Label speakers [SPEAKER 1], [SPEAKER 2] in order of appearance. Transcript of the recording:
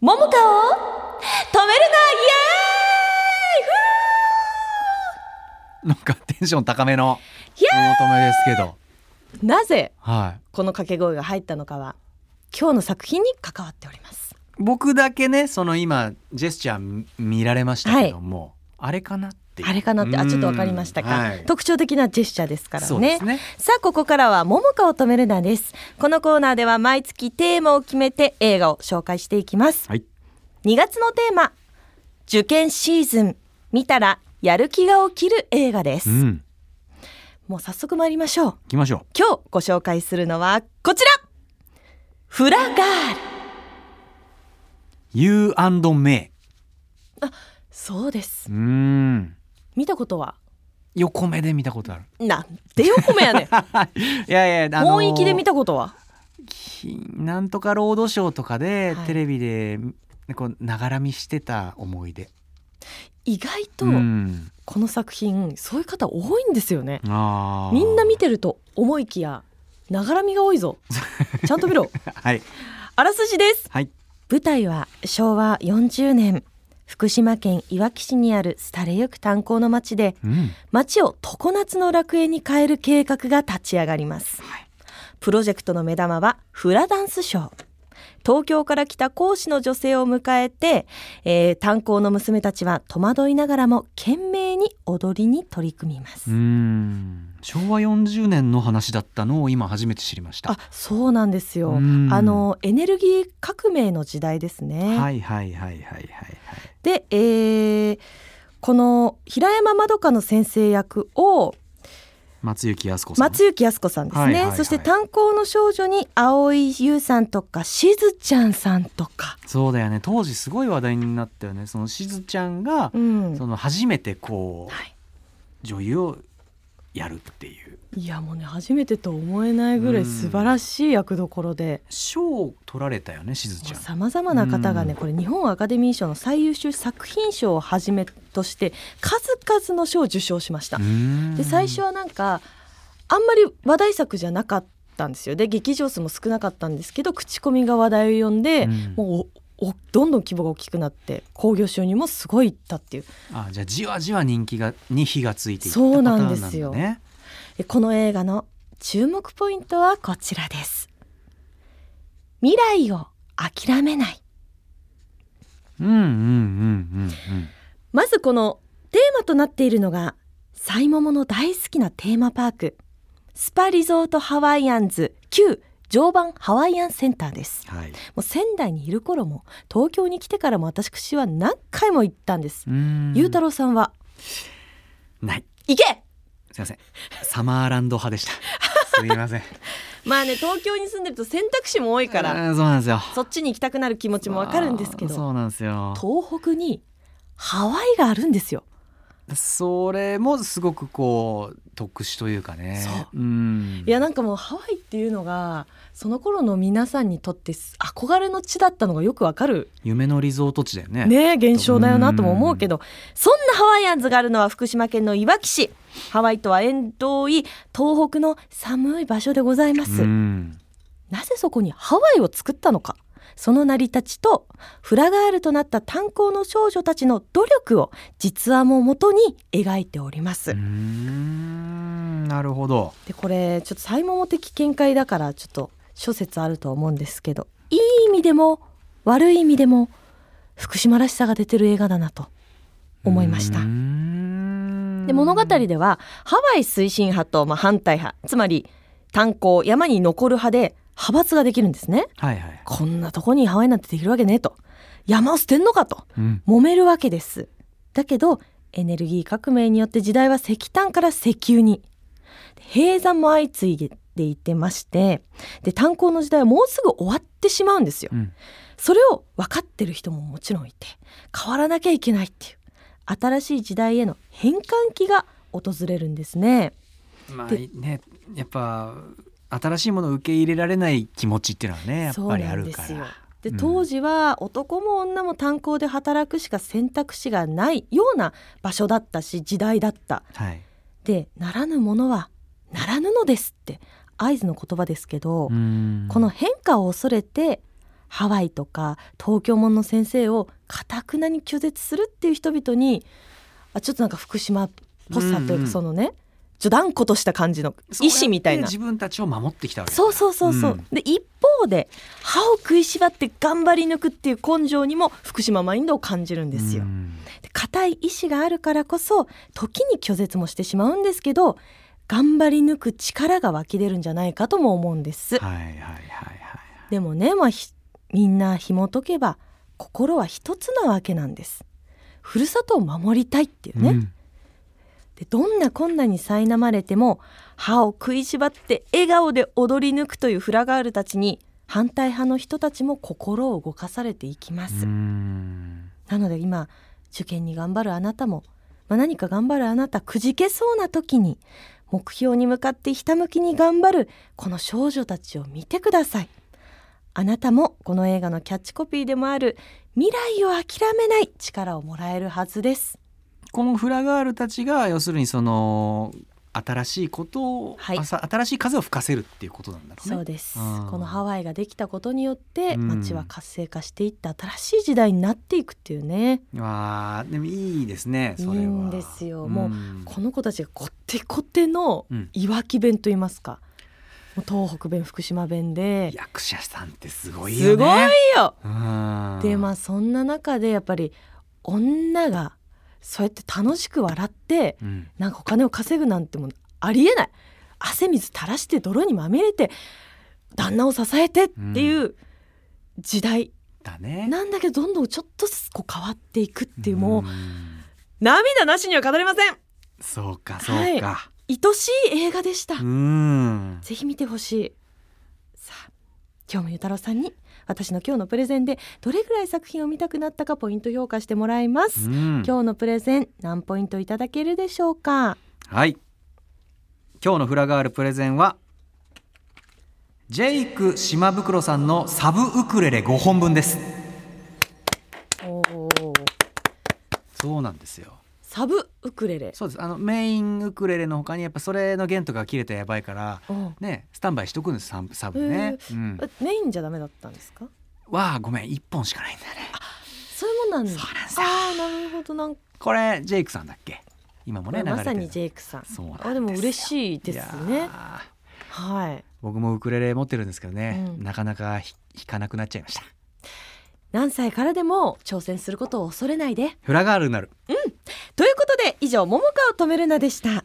[SPEAKER 1] 桃香を止める
[SPEAKER 2] なんかテンション高めの
[SPEAKER 1] い
[SPEAKER 2] お求めですけど
[SPEAKER 1] なイエーイなぜ
[SPEAKER 2] はい
[SPEAKER 1] この掛け声が入ったのかは今日の作品に関わっております
[SPEAKER 2] 僕だけねその今ジェスチャー見見られましたけども、あれかなっていう
[SPEAKER 1] あれかなってあちょっとわかりましたか、
[SPEAKER 2] うんはい
[SPEAKER 1] 特徴的なジェスチャーですから
[SPEAKER 2] そうで
[SPEAKER 1] ね
[SPEAKER 2] すね
[SPEAKER 1] さあここからは桃香を止めるなですこのコーナーでは毎月テーマを決めて映画を紹介していきます、
[SPEAKER 2] はい
[SPEAKER 1] 2月のテーマ受験シーズン見たらやる気が起きる映画です、
[SPEAKER 2] うん
[SPEAKER 1] もう早速参りましょう
[SPEAKER 2] 行きましょ
[SPEAKER 1] 今日ご紹介するのはこちらフラガール
[SPEAKER 2] う You and me
[SPEAKER 1] そうです
[SPEAKER 2] うん
[SPEAKER 1] 見たことは
[SPEAKER 2] 横目で見たことある
[SPEAKER 1] なんでよ米やねん
[SPEAKER 2] いやいやあの
[SPEAKER 1] 本域で見たことは
[SPEAKER 2] きなんとか労働省とかで、
[SPEAKER 1] はい
[SPEAKER 2] テレビでこうながら見してた思い出
[SPEAKER 1] 意外と
[SPEAKER 2] うん
[SPEAKER 1] この作品そういう方多いんですよね
[SPEAKER 2] あー
[SPEAKER 1] みんな見てると思いきやながらみが多い ぞちゃんと見ろ
[SPEAKER 2] はい
[SPEAKER 1] あらすじです、
[SPEAKER 2] はい
[SPEAKER 1] 舞台は昭和40年福島県いわき市にある廃れゆく炭鉱の町で
[SPEAKER 2] うん
[SPEAKER 1] 町を常夏の楽園に変える計画が立ち上がります、
[SPEAKER 2] はい
[SPEAKER 1] プロジェクトの目玉はフラダンスショー東京から来た講師の女性を迎えて、えー炭鉱の娘たちは戸惑いながらも懸命に踊りに取り組みます、
[SPEAKER 2] うん昭和40年の話だったのを今初めて知りました
[SPEAKER 1] あそうなんですよ、
[SPEAKER 2] うん
[SPEAKER 1] あのエネルギー革命の時代ですね、
[SPEAKER 2] はいはいはいはいはい
[SPEAKER 1] で、えーこの平山まどかの先生役を
[SPEAKER 2] 松雪靖子さん
[SPEAKER 1] 松雪靖子さんですね、
[SPEAKER 2] はいはいはい
[SPEAKER 1] そして炭鉱の少女に蒼井優さんとかしずちゃんさんとか、
[SPEAKER 2] そうだよね当時すごい話題になったよねそのしずちゃんが、
[SPEAKER 1] うん
[SPEAKER 2] その初めてこう、
[SPEAKER 1] はい
[SPEAKER 2] 女優をやるっていう
[SPEAKER 1] いやもうね初めてと思えないぐらい素晴らしい役どころで。
[SPEAKER 2] 賞を取られたよねしずちゃん
[SPEAKER 1] さまざまな方がね
[SPEAKER 2] うん
[SPEAKER 1] これ日本アカデミー賞の最優秀作品賞をはじめとして数々の賞を受賞しました
[SPEAKER 2] う。ん
[SPEAKER 1] で最初はなんかあんまり話題作じゃなかったんですよで劇場数も少なかったんですけど口コミが話題を呼んで、
[SPEAKER 2] うん
[SPEAKER 1] もうおおどんどん規模が大きくなって興行収入もすごいいったっていう
[SPEAKER 2] あじゃあじわじわ人気がに火がついていった
[SPEAKER 1] そうなん
[SPEAKER 2] パターンだ
[SPEAKER 1] ですよ
[SPEAKER 2] ね
[SPEAKER 1] でこの映画の注目ポイントはこちらです未来を諦めない
[SPEAKER 2] うんうんうんうん
[SPEAKER 1] まずこのテーマとなっているのがサイモモの大好きなテーマパークスパリゾートハワイアンズ旧常磐ハワイアンセンターです
[SPEAKER 2] うんはい
[SPEAKER 1] もう仙台にいる頃も東京に来てからも私は何回も行ったんです、
[SPEAKER 2] うん
[SPEAKER 1] ゆうたろうさんは
[SPEAKER 2] ない
[SPEAKER 1] 行け
[SPEAKER 2] すいませんサマーランド 派でしたすいません
[SPEAKER 1] まあね東京に住んでると選択肢も多いから
[SPEAKER 2] うんそうなんですよ
[SPEAKER 1] そっちに行きたくなる気持ちもわかるんですけ
[SPEAKER 2] あー
[SPEAKER 1] ど
[SPEAKER 2] そうなんですよ
[SPEAKER 1] 東北にハワイがあるんですよ
[SPEAKER 2] それもすごくこう特殊というかね、
[SPEAKER 1] そう
[SPEAKER 2] ん、
[SPEAKER 1] いやなんかもうハワイっていうのがその頃の皆さんにとってす憧れの地だったのがよくわかる
[SPEAKER 2] 夢のリゾート地だよね
[SPEAKER 1] ね現象だよなとも思うけどそんなハワイアンズがあるのは福島県のいわき市ハワイとは遠遠い東北の寒い場所でございます、
[SPEAKER 2] うん
[SPEAKER 1] なぜそこにハワイを作ったのかその成り立ちとフラガールとなった炭鉱の少女たちの努力を実話も元に描いておりま
[SPEAKER 2] う
[SPEAKER 1] す、
[SPEAKER 2] ーんなるほど
[SPEAKER 1] でこれちょっとサイモモ的見解だからちょっと諸説あるとは思うんですけどいい意味でも悪い意味でも福島らしさが出てる映画だなと思いました
[SPEAKER 2] うーん
[SPEAKER 1] で物語ではハワイ推進派とまあ反対派つまり炭鉱山に残る派で派閥ができるんですね
[SPEAKER 2] はいはい、
[SPEAKER 1] こんなとこにハワイなんてできるわけねえと山を捨てんのかと
[SPEAKER 2] うん、
[SPEAKER 1] 揉めるわけですだけどエネルギー革命によって時代は石炭から石油に閉山も相次いでいてましてで炭鉱の時代はもうすぐ終わってしまうんですよ
[SPEAKER 2] うん
[SPEAKER 1] それを分かってる人ももちろんいて変わらなきゃいけないっていう新しい時代への変換期が訪れるんですね
[SPEAKER 2] まあ
[SPEAKER 1] で
[SPEAKER 2] ねやっぱ新しいものを受け入れられない気持ちっていうのはねやっぱりあるか
[SPEAKER 1] そうなん
[SPEAKER 2] ら
[SPEAKER 1] で
[SPEAKER 2] うん
[SPEAKER 1] 当時は男も女も炭鉱で働くしか選択肢がないような場所だったし時代だった
[SPEAKER 2] はい、
[SPEAKER 1] でならぬものはならぬのですって合図の言葉ですけど、
[SPEAKER 2] うん
[SPEAKER 1] この変化を恐れてハワイとか東京門の先生をかたくなに拒絶するっていう人々にあちょっとなんか福島っぽさという
[SPEAKER 2] うんう
[SPEAKER 1] か
[SPEAKER 2] ん
[SPEAKER 1] そのね、ちょ断固とした感じの
[SPEAKER 2] そう
[SPEAKER 1] 意
[SPEAKER 2] やって
[SPEAKER 1] 志みたいな
[SPEAKER 2] 自分たちを守ってきたわけだ
[SPEAKER 1] そうそうそうそう、
[SPEAKER 2] うん
[SPEAKER 1] で一方で歯を食いしばって頑張り抜くっていう根性にも福島マインドを感じるんですよ
[SPEAKER 2] う。ん
[SPEAKER 1] で固い意志があるからこそ時に拒絶もしてしまうんですけど頑張り抜く力が湧き出るんじゃないかとも思うんです。
[SPEAKER 2] はいはいはいはい
[SPEAKER 1] でもね、まあ、ひみんな紐解けば心は一つなわけなんです。ふるさとを守りたいっていうね、
[SPEAKER 2] うん
[SPEAKER 1] でどんな困難に苛まれても歯を食いしばって笑顔で踊り抜くというフラガールたちに反対派の人たちも心を動かされていきます、
[SPEAKER 2] うん
[SPEAKER 1] なので今受験に頑張るあなたも、まあ、何か頑張るあなたくじけそうな時に目標に向かってひたむきに頑張るこの少女たちを見てくださいあなたもこの映画のキャッチコピーでもある未来を諦めない力をもらえるはずです
[SPEAKER 2] このフラガールたちが要するにその新しいことを、
[SPEAKER 1] はい
[SPEAKER 2] あさ新しい風を吹かせるっていうことなんだろうね。
[SPEAKER 1] そうです
[SPEAKER 2] うん
[SPEAKER 1] このハワイができたことによって
[SPEAKER 2] うん
[SPEAKER 1] 街は活性化していって新しい時代になっていくっていうね、
[SPEAKER 2] わあでもいいですねそれはい
[SPEAKER 1] いんですよもう
[SPEAKER 2] うん
[SPEAKER 1] この子たちがこってこての
[SPEAKER 2] うん
[SPEAKER 1] いわき弁と言いますか、もう東北弁福島弁で
[SPEAKER 2] 役者さんってすごい
[SPEAKER 1] す
[SPEAKER 2] よ
[SPEAKER 1] ごい
[SPEAKER 2] ね。
[SPEAKER 1] よ
[SPEAKER 2] うん
[SPEAKER 1] でまあそんな中でやっぱり女がそうやって楽しく笑って
[SPEAKER 2] うん
[SPEAKER 1] なんかお金を稼ぐなんてもうありえない汗水垂らして泥にまみれて旦那を支えてっていう時代、
[SPEAKER 2] だね。
[SPEAKER 1] なんだけどどんどんちょっとずつこう変わっていくっていうもう、
[SPEAKER 2] ん
[SPEAKER 1] 涙なしには語れません
[SPEAKER 2] そうかそ
[SPEAKER 1] はいう
[SPEAKER 2] か。
[SPEAKER 1] 愛しい映画でした、
[SPEAKER 2] うん。
[SPEAKER 1] ぜひ見てほしいさあ今日もゆたろうさんに私の今日のプレゼンでどれぐらい作品を見たくなったかポイント評価してもらいます、
[SPEAKER 2] うん
[SPEAKER 1] 今日のプレゼン何ポイントいただけるでしょうか
[SPEAKER 2] はい。今日のフラガールプレゼンはジェイク島袋さんのサブウクレレ5本分です。
[SPEAKER 1] おー
[SPEAKER 2] そうなんですよ。
[SPEAKER 1] サブウクレレ
[SPEAKER 2] そうです。あのメインウクレレの他にやっぱそれの弦とか切れたらやばいから。
[SPEAKER 1] おー
[SPEAKER 2] ね、スタンバイしとくんですサンサブね、うん、
[SPEAKER 1] えメインじゃダメだったんですか
[SPEAKER 2] わあごめん1本しかないんだね
[SPEAKER 1] そういうもんなんだ
[SPEAKER 2] そうなんですよ
[SPEAKER 1] ああなるほどなんか
[SPEAKER 2] これジェイクさんだっけ今もね流れて
[SPEAKER 1] ま
[SPEAKER 2] る
[SPEAKER 1] さにジェイクさん
[SPEAKER 2] そうなんですよ
[SPEAKER 1] あでも嬉しいで
[SPEAKER 2] い
[SPEAKER 1] す
[SPEAKER 2] や
[SPEAKER 1] ね
[SPEAKER 2] ー
[SPEAKER 1] はい
[SPEAKER 2] 僕もウクレレ持ってるんですけどね、
[SPEAKER 1] うん
[SPEAKER 2] なかなかひ弾かなくなっちゃいました
[SPEAKER 1] 何歳からでも挑戦することを恐れないで
[SPEAKER 2] フラガールになる
[SPEAKER 1] ということで以上桃香を止めるなでした